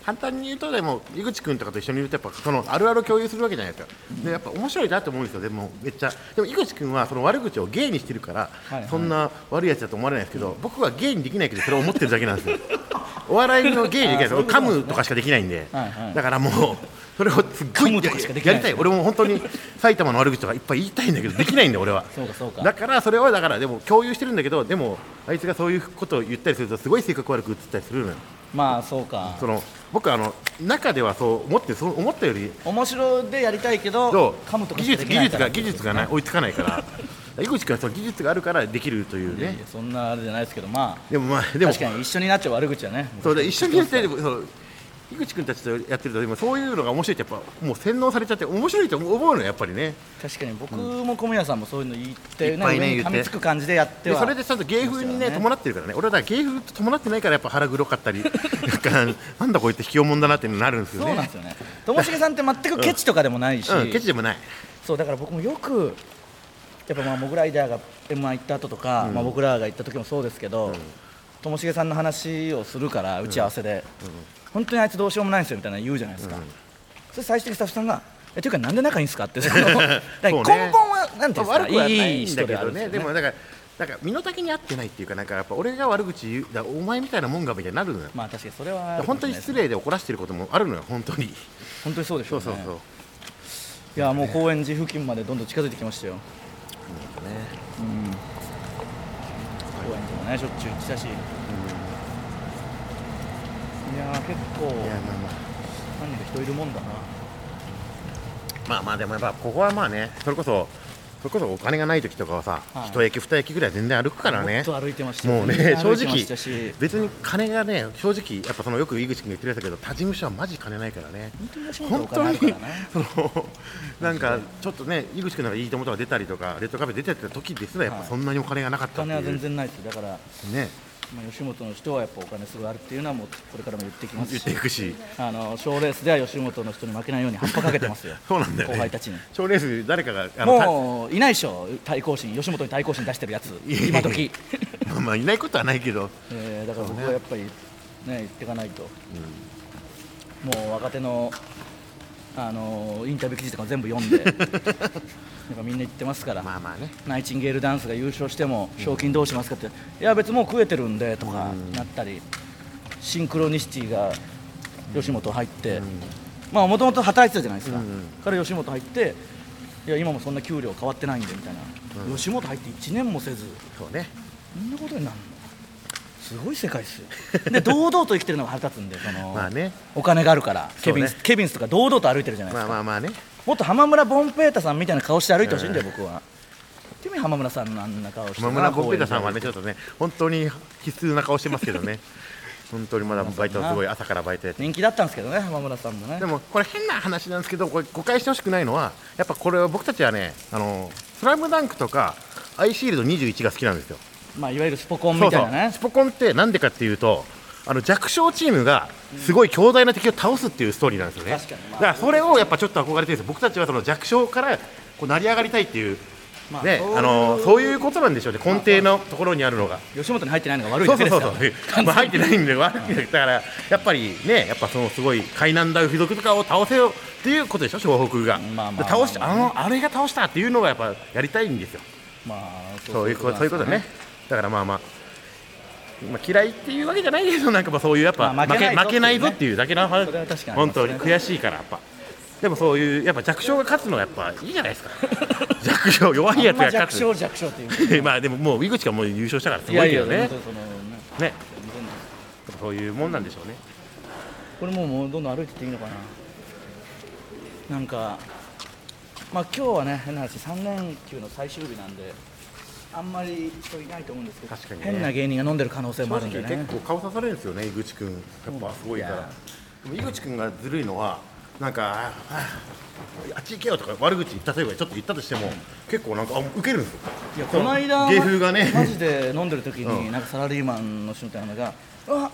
[SPEAKER 4] 簡単に言うとでも井口君とかと一緒にいるとやっぱそのあるあるを共有するわけじゃないですか、でやっぱ面白いなと思うんですよでもめっちゃでも井口君はその悪口を芸にしてるから、
[SPEAKER 5] はいはい
[SPEAKER 4] そんな悪いやつだと思われないですけど、僕は芸にできないけどそれを思ってるだけなんですよ お笑いの芸にできないです
[SPEAKER 5] あーそういうこと
[SPEAKER 4] 噛
[SPEAKER 5] なんですね
[SPEAKER 4] むとかしかできないんで、
[SPEAKER 5] はいはい
[SPEAKER 4] だからもうそれをすっごい
[SPEAKER 5] 噛むとかしかできない
[SPEAKER 4] やりたい俺も本当に埼玉の悪口とかいっぱい言いたいんだけどできないんだよ俺は
[SPEAKER 5] そうかそうか
[SPEAKER 4] だからそれはだからでも共有してるんだけどでもあいつがそういうことを言ったりするとすごい性格悪く映ったりするのよ
[SPEAKER 5] まあそうか
[SPEAKER 4] その僕あの中ではそう思ってそう思ったより
[SPEAKER 5] 面白でやりたいけど
[SPEAKER 4] ど
[SPEAKER 5] 噛むと
[SPEAKER 4] う
[SPEAKER 5] か
[SPEAKER 4] 技
[SPEAKER 5] しか
[SPEAKER 4] 術
[SPEAKER 5] でき
[SPEAKER 4] 技
[SPEAKER 5] ない
[SPEAKER 4] 術
[SPEAKER 5] から
[SPEAKER 4] が技術がない追いつかないから井口君はその技術があるからできるという
[SPEAKER 5] いやい
[SPEAKER 4] ね
[SPEAKER 5] やそんなあれじゃないですけどまあ
[SPEAKER 4] でもまあでも
[SPEAKER 5] 確かに一緒になっちゃう悪口はね
[SPEAKER 4] そうで一緒にやってそう井口君たちとやってるとでもそういうのが面白いってやっぱもう洗脳されちゃって面白いと思うのよやっぱりね
[SPEAKER 5] 確かに僕も小宮さんもそういうの言って
[SPEAKER 4] いっぱいね
[SPEAKER 5] 上に噛みつく感じでやって
[SPEAKER 4] で
[SPEAKER 5] は
[SPEAKER 4] それでちゃんと芸風にね伴ってるからね俺はだから芸風と伴ってないからやっぱ腹黒かったり なんかなんだこいつ卑怯者だなってなるんですよね
[SPEAKER 5] そうなんですよねともしげさんって全くケチとかでもないし、
[SPEAKER 4] うんケチでもない
[SPEAKER 5] そうだから僕もよくやっぱまあモグライダーが m 1行った後とか、まあ、僕らが行った時もそうですけどともしげさんの話をするから打ち合わせで、本当にあいつどうしようもないんですよみたいなの言うじゃないですか、それ最終的にスタッフさんが「えというかなんで仲いいんですか?」 ってそのだから根
[SPEAKER 4] そう
[SPEAKER 5] 本
[SPEAKER 4] ね
[SPEAKER 5] はなんていうんですか
[SPEAKER 4] 悪くはない
[SPEAKER 5] いい
[SPEAKER 4] んだ
[SPEAKER 5] 人
[SPEAKER 4] け
[SPEAKER 5] であ
[SPEAKER 4] ど
[SPEAKER 5] るんで
[SPEAKER 4] ね
[SPEAKER 5] すよ
[SPEAKER 4] でもだからなんか身の丈に合ってないっていうかなんかやっぱ俺が悪口言うだお前みたいなもんがみたいになるのよ、
[SPEAKER 5] まあ確かにそれはあるかも
[SPEAKER 4] 本
[SPEAKER 5] しれ
[SPEAKER 4] 当
[SPEAKER 5] ない
[SPEAKER 4] に
[SPEAKER 5] です
[SPEAKER 4] 失礼で怒らせてることもあるのよ本当に
[SPEAKER 5] 本当にそうでしょ
[SPEAKER 4] そうう
[SPEAKER 5] ね
[SPEAKER 4] そうそう
[SPEAKER 5] いやもう高円寺付近までどんどん近づいてきましたよ、高円寺もねしょっちゅう行ってたし、いやー結構
[SPEAKER 4] いやまあまあ
[SPEAKER 5] 何人か人いるもんだな
[SPEAKER 4] まあまあでもやっぱここはまあねそれこそそれこそお金がない時とかはさ、
[SPEAKER 5] はい
[SPEAKER 4] 一駅二駅ぐらい全然歩くからね
[SPEAKER 5] もっと歩いてましたよ
[SPEAKER 4] もうね正
[SPEAKER 5] 歩いてましたし
[SPEAKER 4] 直別に金がね正直やっぱそのよく井口君が言ってるやつだけど他事務所はマジ金ないからね
[SPEAKER 5] 本当に吉本
[SPEAKER 4] 本
[SPEAKER 5] お金
[SPEAKER 4] 当
[SPEAKER 5] あ
[SPEAKER 4] に
[SPEAKER 5] るからね
[SPEAKER 4] そのなんかちょっとね井口君なんかいいともとか出たりとかレッドカフェ出てた時ですらやっぱ
[SPEAKER 5] はい
[SPEAKER 4] そんなにお金がなかっ
[SPEAKER 5] お
[SPEAKER 4] たってい
[SPEAKER 5] 金
[SPEAKER 4] う、
[SPEAKER 5] は全然ないですよだから、
[SPEAKER 4] ね
[SPEAKER 5] まあ、吉本の人はやっぱお金すごいあるっていうのはもうこれからも言ってきます
[SPEAKER 4] 言っ
[SPEAKER 5] して
[SPEAKER 4] いくし
[SPEAKER 5] あの賞レースでは吉本の人に負けないように葉っぱかけてますよ
[SPEAKER 4] そうなんだよ、ね、
[SPEAKER 5] 後輩たちに
[SPEAKER 4] 賞レース誰かがあの
[SPEAKER 5] もういないでしょ対抗心吉本に対抗心出してるやつ
[SPEAKER 4] いやいやいや
[SPEAKER 5] 今時、
[SPEAKER 4] たまあまあいないことはないけど
[SPEAKER 5] えーだから僕はやっぱりね言っていかないと、もう若手のあのーインタビュー記事とかも全部読 んでなんかみんな言ってますから、
[SPEAKER 4] まあまあね
[SPEAKER 5] ナイチンゲールダンスが優勝しても賞金どうしますかって、いや別にもう食えてるんでとかなったり、シンクロニシティが吉本入って、まあもともと働いてたじゃないですか、から吉本入っていや今もそんな給料変わってないんでみたいな、吉本入って1年もせず
[SPEAKER 4] そうね
[SPEAKER 5] こんなことになるのすごい世界っすよで堂々と生きてるのが腹立つんでその、
[SPEAKER 4] まあね
[SPEAKER 5] お金があるから、
[SPEAKER 4] そ
[SPEAKER 5] ケ
[SPEAKER 4] うね
[SPEAKER 5] ビンスケビンスとか堂々と歩いてるじゃないです
[SPEAKER 4] ま
[SPEAKER 5] か、
[SPEAKER 4] あまあまあね
[SPEAKER 5] もっと浜村ボンペータさんみたいな顔して歩いてほしいんだよ、僕は。っていう意味浜村さんのあんな顔して
[SPEAKER 4] まあ、村ボンペタさんはね、ちょっとね、本当に奇数な顔してますけどね、 本当にまだバイト、すごい朝からバイトやって、
[SPEAKER 5] 人気だったんですけどね浜村さんもね
[SPEAKER 4] でもこれ、変な話なんですけど、これ誤解してほしくないのは、やっぱこれ、僕たちはね、あのスラムダンクとか、アイシールド21が好きなんですよ、
[SPEAKER 5] まあいわゆるスポコン
[SPEAKER 4] そ
[SPEAKER 5] み
[SPEAKER 4] うそ
[SPEAKER 5] たいうなね
[SPEAKER 4] スポコンってなんでかっていうと、あの弱小チームがすごい強大な敵を倒すっていうストーリーなんですよね、
[SPEAKER 5] 確かにまあ
[SPEAKER 4] だからそれをやっぱちょっと憧れてるんですよ、僕たちはその弱小からこう成り上がりたいっていう。
[SPEAKER 5] まあ
[SPEAKER 4] ね
[SPEAKER 5] そういう
[SPEAKER 4] あのそういうことなんでしょうね、根底のところにあるのが。
[SPEAKER 5] 吉本に入ってないのが悪い
[SPEAKER 4] そう
[SPEAKER 5] だ
[SPEAKER 4] そ
[SPEAKER 5] け
[SPEAKER 4] う
[SPEAKER 5] です
[SPEAKER 4] そうそ
[SPEAKER 5] から
[SPEAKER 4] う、まあ、入ってないんで悪いんだけどだからやっぱりねやっぱそのすごい海南大付属とかを倒せよっていうことでしょ湘北が、
[SPEAKER 5] まあまあまあ
[SPEAKER 4] 倒したあのあれが倒したっていうのがやっぱやりたいんですよ
[SPEAKER 5] まあ
[SPEAKER 4] そういうこと
[SPEAKER 5] なん
[SPEAKER 4] そうい
[SPEAKER 5] で
[SPEAKER 4] う
[SPEAKER 5] す
[SPEAKER 4] こと
[SPEAKER 5] よ
[SPEAKER 4] ねだからまあまあまあ、嫌いっていうわけじゃないけどなんかまあそういうやっぱ、
[SPEAKER 5] まあ
[SPEAKER 4] 負
[SPEAKER 5] 負
[SPEAKER 4] け
[SPEAKER 5] け
[SPEAKER 4] 負けな
[SPEAKER 5] ないい
[SPEAKER 4] ぞ
[SPEAKER 5] ぞ
[SPEAKER 4] っ
[SPEAKER 5] ってて
[SPEAKER 4] いうだけの話
[SPEAKER 5] それは確かにあり
[SPEAKER 4] 本
[SPEAKER 5] ます
[SPEAKER 4] 当
[SPEAKER 5] ね
[SPEAKER 4] に悔しいからやっぱでもそういうやっぱ弱小が勝つのはやっぱいいじゃないですか弱小弱いやつ
[SPEAKER 5] あんま
[SPEAKER 4] が
[SPEAKER 5] 弱
[SPEAKER 4] 勝
[SPEAKER 5] 小弱小っていう
[SPEAKER 4] つ まあでももう井口がもう優勝したからす
[SPEAKER 5] い
[SPEAKER 4] ご
[SPEAKER 5] や
[SPEAKER 4] い
[SPEAKER 5] い
[SPEAKER 4] け
[SPEAKER 5] や
[SPEAKER 4] どね
[SPEAKER 5] 本当にそのね
[SPEAKER 4] ねそういうもんなんでしょうね。
[SPEAKER 5] これもうもうどんどん歩いてっていいのかななんかまあ今日はね変な話3連休の最終日なんであんまり人いないと思うんですけど
[SPEAKER 4] 確かにね
[SPEAKER 5] 変な芸人が飲んでる可能性もあるんで
[SPEAKER 4] 正
[SPEAKER 5] ね
[SPEAKER 4] 直結構顔刺されるんですよね、井口君、やっぱすごいか
[SPEAKER 5] い
[SPEAKER 4] ら
[SPEAKER 5] や。
[SPEAKER 4] でも井口君がずるいのは、なんか、あああっち行けよとか、悪口言った例えばちょっと言ったとしても、結構なんか、あ受けるんですよ。
[SPEAKER 5] いやこの間
[SPEAKER 4] 芸風がね
[SPEAKER 5] マジで飲んでる時に、
[SPEAKER 4] うん
[SPEAKER 5] なんかサラリーマンの人みたいなのが「あ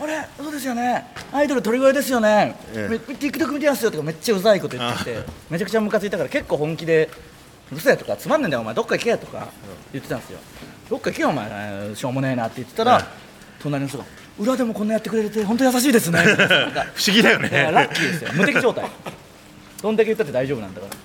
[SPEAKER 5] あれそうですよねアイドル鳥越ですよね、
[SPEAKER 4] ええ
[SPEAKER 5] め TikTok 見てますよ」とかめっちゃうざいこと言ってきてめちゃくちゃムカついたから結構本気で「うるせえ」とか「つまんねえんだよお前どっか行け」とか言ってたんですよ「どっか行けよお前しょうもねえな」って言ってたら、
[SPEAKER 4] ええ
[SPEAKER 5] 隣の人が「裏でもこんなやってくれて本当優しいです ね」みたいななんか
[SPEAKER 4] 不思議だよね
[SPEAKER 5] いやラッキーですよ無敵状態どんだけ言ったって大丈夫なんだから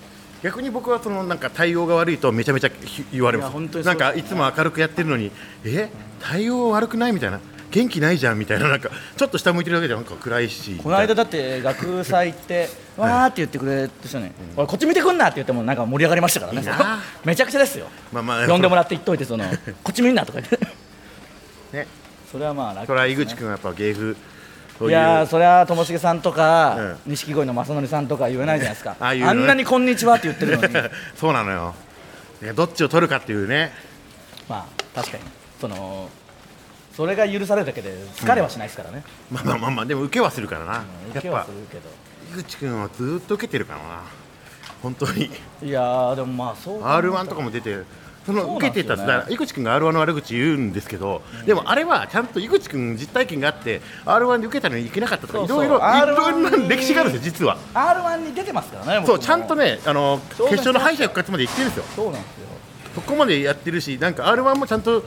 [SPEAKER 4] 逆に僕はそのなんか対応が悪いとめちゃめちゃひ言われま
[SPEAKER 5] いや
[SPEAKER 4] す
[SPEAKER 5] 本当にそ
[SPEAKER 4] な
[SPEAKER 5] うんですね
[SPEAKER 4] かいつも明るくやってるのにえ対応悪くないみたいな元気ないじゃんみたいななんかちょっと下向いてるだけでなんか暗いし
[SPEAKER 5] この間だって学祭行ってわーって言ってくれた人に「おいこっち見てくんな」って言ってもなんか盛り上がりましたからね
[SPEAKER 4] いいな
[SPEAKER 5] めちゃくちゃですよ
[SPEAKER 4] まあまあ
[SPEAKER 5] 呼んでもらって言っといてそ の「こっち見んな」とか言って
[SPEAKER 4] ね
[SPEAKER 5] それはまあ楽
[SPEAKER 4] それは井口君はやっぱ芸風そう
[SPEAKER 5] いうやーそれはともしげさんとか
[SPEAKER 4] う
[SPEAKER 5] 錦鯉の正則さんとか言えないじゃないですか
[SPEAKER 4] ああ
[SPEAKER 5] あ
[SPEAKER 4] いうのね
[SPEAKER 5] んなに「こんにちは」って言ってる のに
[SPEAKER 4] そうなのよいやどっちを取るかっていうね
[SPEAKER 5] まあ確かにそのそれが許されるだけで疲れはしないですからね
[SPEAKER 4] まあまあまあまあでも受けはするからな、
[SPEAKER 5] うん
[SPEAKER 4] や
[SPEAKER 5] 受
[SPEAKER 4] っ
[SPEAKER 5] けは
[SPEAKER 4] ぱ
[SPEAKER 5] するけど
[SPEAKER 4] 井口君はずっと受けてるからな本当に
[SPEAKER 5] いやーでもまあそう
[SPEAKER 4] r 1とかも出てその
[SPEAKER 5] そう
[SPEAKER 4] 受
[SPEAKER 5] な
[SPEAKER 4] け
[SPEAKER 5] んですよ
[SPEAKER 4] て
[SPEAKER 5] ね
[SPEAKER 4] いただから井口君が r 1の悪口言うんですけど、でもあれはちゃんと井口君実体験があって r 1で受けたのに行けなかったとか
[SPEAKER 5] そう
[SPEAKER 4] い
[SPEAKER 5] そう
[SPEAKER 4] ろいろい
[SPEAKER 5] R1
[SPEAKER 4] ろんな歴史があるんですよ実は
[SPEAKER 5] R1 に出てますからね僕
[SPEAKER 4] そう
[SPEAKER 5] も
[SPEAKER 4] ちゃんとねあの
[SPEAKER 5] そう
[SPEAKER 4] 決
[SPEAKER 5] です
[SPEAKER 4] 勝
[SPEAKER 5] ね
[SPEAKER 4] の敗者復活まで行ってるんですよ
[SPEAKER 5] そうなんですよ
[SPEAKER 4] そこまでやってるしなんか r 1もちゃんと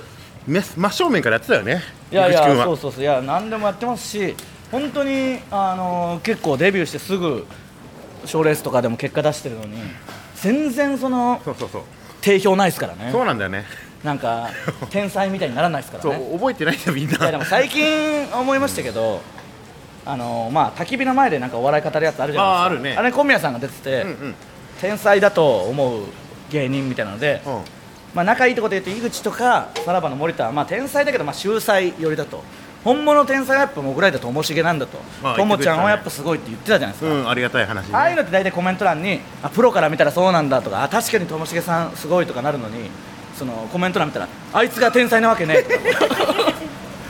[SPEAKER 4] め真正面からやってたよね
[SPEAKER 5] いやい
[SPEAKER 4] 井口君
[SPEAKER 5] や
[SPEAKER 4] は
[SPEAKER 5] そうそうそういや何でもやってますし本当にあの結構デビューしてすぐ賞レースとかでも結果出してるのに全然その
[SPEAKER 4] そうそうそう
[SPEAKER 5] 定評ないですからね
[SPEAKER 4] そうなんだよね
[SPEAKER 5] なんか天才みたいにならないですから
[SPEAKER 4] そう
[SPEAKER 5] ね
[SPEAKER 4] 覚えてないんだよみんない
[SPEAKER 5] やでも最近思いましたけどあのまあ焚き火の前でなんかお笑い語るやつあるじゃないです
[SPEAKER 4] あ
[SPEAKER 5] か
[SPEAKER 4] ーあるね
[SPEAKER 5] れ小宮さんが出てて、
[SPEAKER 4] うんうん
[SPEAKER 5] 天才だと思う芸人みたいなので、
[SPEAKER 4] うん
[SPEAKER 5] まあ、仲いいとこで言うと井口とかさらばの森田はまあ天才だけどまあ秀才寄りだと本物の天才はやっぱもぐらいだともしげなんだと
[SPEAKER 4] まあ
[SPEAKER 5] ともちゃんは
[SPEAKER 4] 言
[SPEAKER 5] やっ
[SPEAKER 4] って
[SPEAKER 5] ぱ
[SPEAKER 4] く
[SPEAKER 5] すごいって言ってたじゃないですか、
[SPEAKER 4] うん、ありがたい話ね、
[SPEAKER 5] ああいうのって大体コメント欄にあプロから見たらそうなんだとかあ確かにともしげさんすごいとかなるのにそのコメント欄見たらあいつが天才なわけねえ とか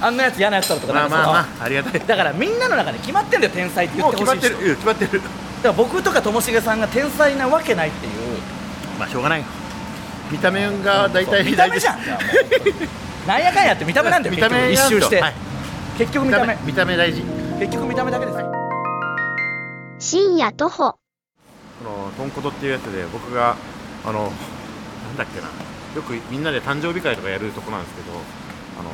[SPEAKER 5] あんなやつ嫌なやつだろとか
[SPEAKER 4] ま
[SPEAKER 5] な
[SPEAKER 4] あ
[SPEAKER 5] んか
[SPEAKER 4] ま
[SPEAKER 5] そ
[SPEAKER 4] あ
[SPEAKER 5] の
[SPEAKER 4] まあありがたい
[SPEAKER 5] だからみんなの中で決まってんだよ天才って言
[SPEAKER 4] も
[SPEAKER 5] っ
[SPEAKER 4] う
[SPEAKER 5] てほ
[SPEAKER 4] 決
[SPEAKER 5] しい
[SPEAKER 4] まって
[SPEAKER 5] 人
[SPEAKER 4] る、うん、決まってる
[SPEAKER 5] だから僕とかともしげさんが天才なわけないっていう
[SPEAKER 4] まあしょうがない見た目が大体
[SPEAKER 5] そう見た目じゃんなんやかんやって見た目なんだよ
[SPEAKER 4] 見た目
[SPEAKER 5] 結局一周して、
[SPEAKER 4] はい
[SPEAKER 5] 結局見
[SPEAKER 4] 見
[SPEAKER 5] た
[SPEAKER 4] た
[SPEAKER 5] 目
[SPEAKER 4] 目見た目大事
[SPEAKER 5] 結局見た目だけです
[SPEAKER 6] 深夜徒歩
[SPEAKER 4] この「とんこと」っていうやつで僕があのなんだっけなよくみんなで誕生日会とかやるとこなんですけどあの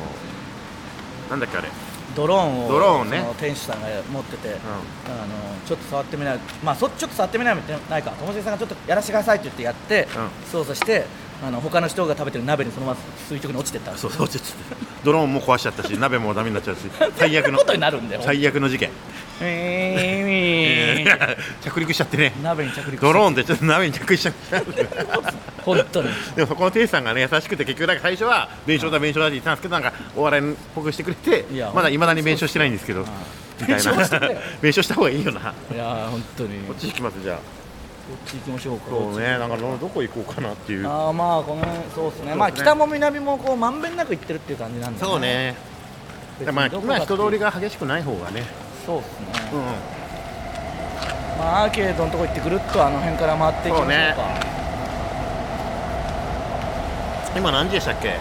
[SPEAKER 4] なんだっけあれ、う
[SPEAKER 5] ドローンを
[SPEAKER 4] ドローンね
[SPEAKER 5] その店主さんが持ってて、あ
[SPEAKER 4] ん、
[SPEAKER 5] のちょっと触ってみないまあそちょっと触ってみないみたいないかともしげさんがちょっとやらせてくださいって言ってやって、
[SPEAKER 4] う
[SPEAKER 5] 操作してあの他の人が食べてる鍋にそのまま垂直に落ちてった
[SPEAKER 4] そうそうちょっとドローンも壊しちゃったし鍋もダメになっちゃうし最悪の
[SPEAKER 5] ことになるんだよ
[SPEAKER 4] 最悪の事件
[SPEAKER 5] ウィーンウィーン
[SPEAKER 4] 着陸しちゃってね
[SPEAKER 5] 鍋に着陸して
[SPEAKER 4] ドローンってちょっと鍋に着陸しちゃった
[SPEAKER 5] 本当に
[SPEAKER 4] でもそこの店主さんがね優しくて結局なんか最初は弁償だ弁償だって言ってたんですけどなんかお笑いっぽくしてくれて
[SPEAKER 5] いや
[SPEAKER 4] まだいまだに弁償してないんですけどみたいな
[SPEAKER 5] 弁償してくれよ
[SPEAKER 4] 弁償した方がいいよない
[SPEAKER 5] やー本当に
[SPEAKER 4] こ
[SPEAKER 5] こ
[SPEAKER 4] っち引きますじゃあ
[SPEAKER 5] っち行きましょうか
[SPEAKER 4] そうねなんかどどこ行こうかなっていう
[SPEAKER 5] ああまあこの辺そうですね
[SPEAKER 4] ね
[SPEAKER 5] まあ北も南もこうまんべんなく行ってるっていう感じなんで、
[SPEAKER 4] そうね
[SPEAKER 5] 別に
[SPEAKER 4] まあ
[SPEAKER 5] どこ
[SPEAKER 4] ま
[SPEAKER 5] か
[SPEAKER 4] あ
[SPEAKER 5] っていう
[SPEAKER 4] 人通りが激しくない方がね
[SPEAKER 5] そうですね、
[SPEAKER 4] うんうん
[SPEAKER 5] まあアーケードのとこ行ってぐるっとあの辺から回っていきまし
[SPEAKER 4] そ
[SPEAKER 5] ょうか
[SPEAKER 4] うね今何時でしたっけ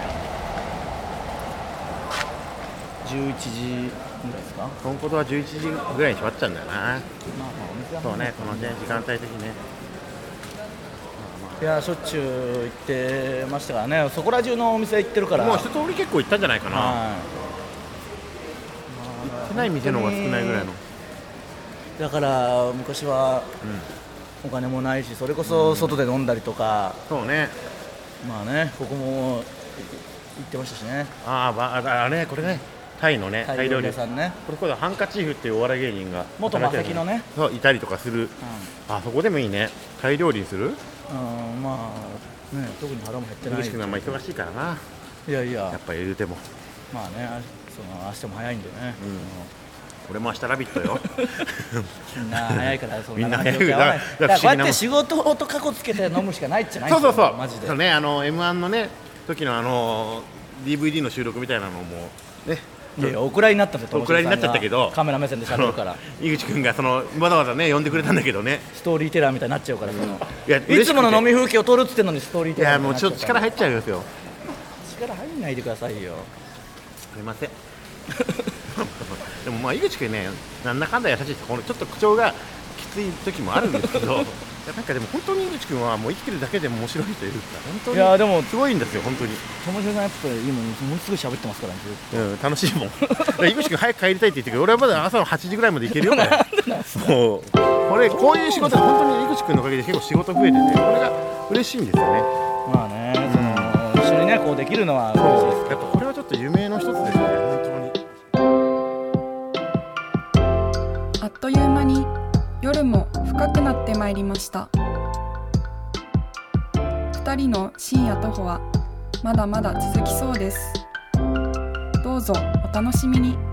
[SPEAKER 5] 11時ぐらいですかまあ
[SPEAKER 4] このことは11時ぐらいに閉まっちゃうんだよな
[SPEAKER 5] まあお店は
[SPEAKER 4] そうねこのね時間帯的にね
[SPEAKER 5] いやしょっちゅう行ってましたからねそこら中のお店行ってるから
[SPEAKER 4] もう一通り結構行ったんじゃないかな
[SPEAKER 5] は
[SPEAKER 4] 行ってない店の方が少ないぐらいの
[SPEAKER 5] いだから昔はお金もないしそれこそ外で飲んだりとか、
[SPEAKER 4] そうね
[SPEAKER 5] まあねここも行ってましたしね
[SPEAKER 4] あーばああれこれねタイのねタ
[SPEAKER 5] 大
[SPEAKER 4] イ
[SPEAKER 5] 量
[SPEAKER 4] 料理
[SPEAKER 5] 屋さんね
[SPEAKER 4] これこそハンカチーフっていうお笑い芸人が
[SPEAKER 5] 元マセキのね
[SPEAKER 4] そういたりとかするあそこでもいいねタイ料理にする
[SPEAKER 5] うん、うん、まあね特に腹も減ってな
[SPEAKER 4] 苦しくない
[SPEAKER 5] い
[SPEAKER 4] まあ忙しいからない
[SPEAKER 5] やいや
[SPEAKER 4] やっぱり言うても
[SPEAKER 5] まあね、その明日も早いんでね、
[SPEAKER 4] 俺も明日ラビットよ
[SPEAKER 5] そのみんな早いから、そん
[SPEAKER 4] みんな早い
[SPEAKER 5] 感じ合わない
[SPEAKER 4] だから
[SPEAKER 5] だか
[SPEAKER 4] 不
[SPEAKER 5] ら
[SPEAKER 4] 思議なもん
[SPEAKER 5] こうやって仕事と過去つけて飲むしかないっちゃないん
[SPEAKER 4] そ
[SPEAKER 5] で
[SPEAKER 4] う
[SPEAKER 5] すよ
[SPEAKER 4] そうそう
[SPEAKER 5] マジで
[SPEAKER 4] そう。ねあの M1 のね時のあの DVD の収録みたいなのもね
[SPEAKER 5] いやいや、お蔵入りになったんですよ、
[SPEAKER 4] お蔵入りになっちゃったけど
[SPEAKER 5] 友達さんがカメラ目線で喋るから、
[SPEAKER 4] その井口君がそのわざわざね呼んでくれたんだけどね
[SPEAKER 5] ストーリーテラーみたいになっちゃうから、その
[SPEAKER 4] いや
[SPEAKER 5] いつもの飲
[SPEAKER 4] み
[SPEAKER 5] み風景を撮るっつってんのに、ストーリー
[SPEAKER 4] い
[SPEAKER 5] テラー
[SPEAKER 4] や
[SPEAKER 5] み
[SPEAKER 4] もう
[SPEAKER 5] た い
[SPEAKER 4] ちょっ
[SPEAKER 5] に
[SPEAKER 4] と力
[SPEAKER 5] なちゃうから
[SPEAKER 4] 入っちゃいますよ
[SPEAKER 5] 力入んないでくださいよ、
[SPEAKER 4] すみません でもまあ井口君ねなんだかんだ優しいですこのちょっと口調がきつい時もあるんですけ どいやなんかでも本当に井口君はもう生きてるだけでも面白いというか本
[SPEAKER 5] いや
[SPEAKER 4] 当
[SPEAKER 5] でも
[SPEAKER 4] にすごいんですよ本当に、
[SPEAKER 5] ともしげさん、やっぱ今、ものすごい喋ってますから、ずっと
[SPEAKER 4] うん、楽しい もんだから井口君早く帰りたいって言ってるけど俺はまだ朝の8時ぐらいまで行ける よこれもうこれこういう仕事本当に井口君のおかげで結構仕事増えててこれが嬉しいんですよね
[SPEAKER 5] まあね、その一緒にね、こうできるのは嬉しいです
[SPEAKER 4] やっぱこれはちょっと夢の一つですよね本当に。
[SPEAKER 2] あっという間に夜も深くなってまいりました2人の深夜徒歩はまだまだ続きそうですどうぞお楽しみに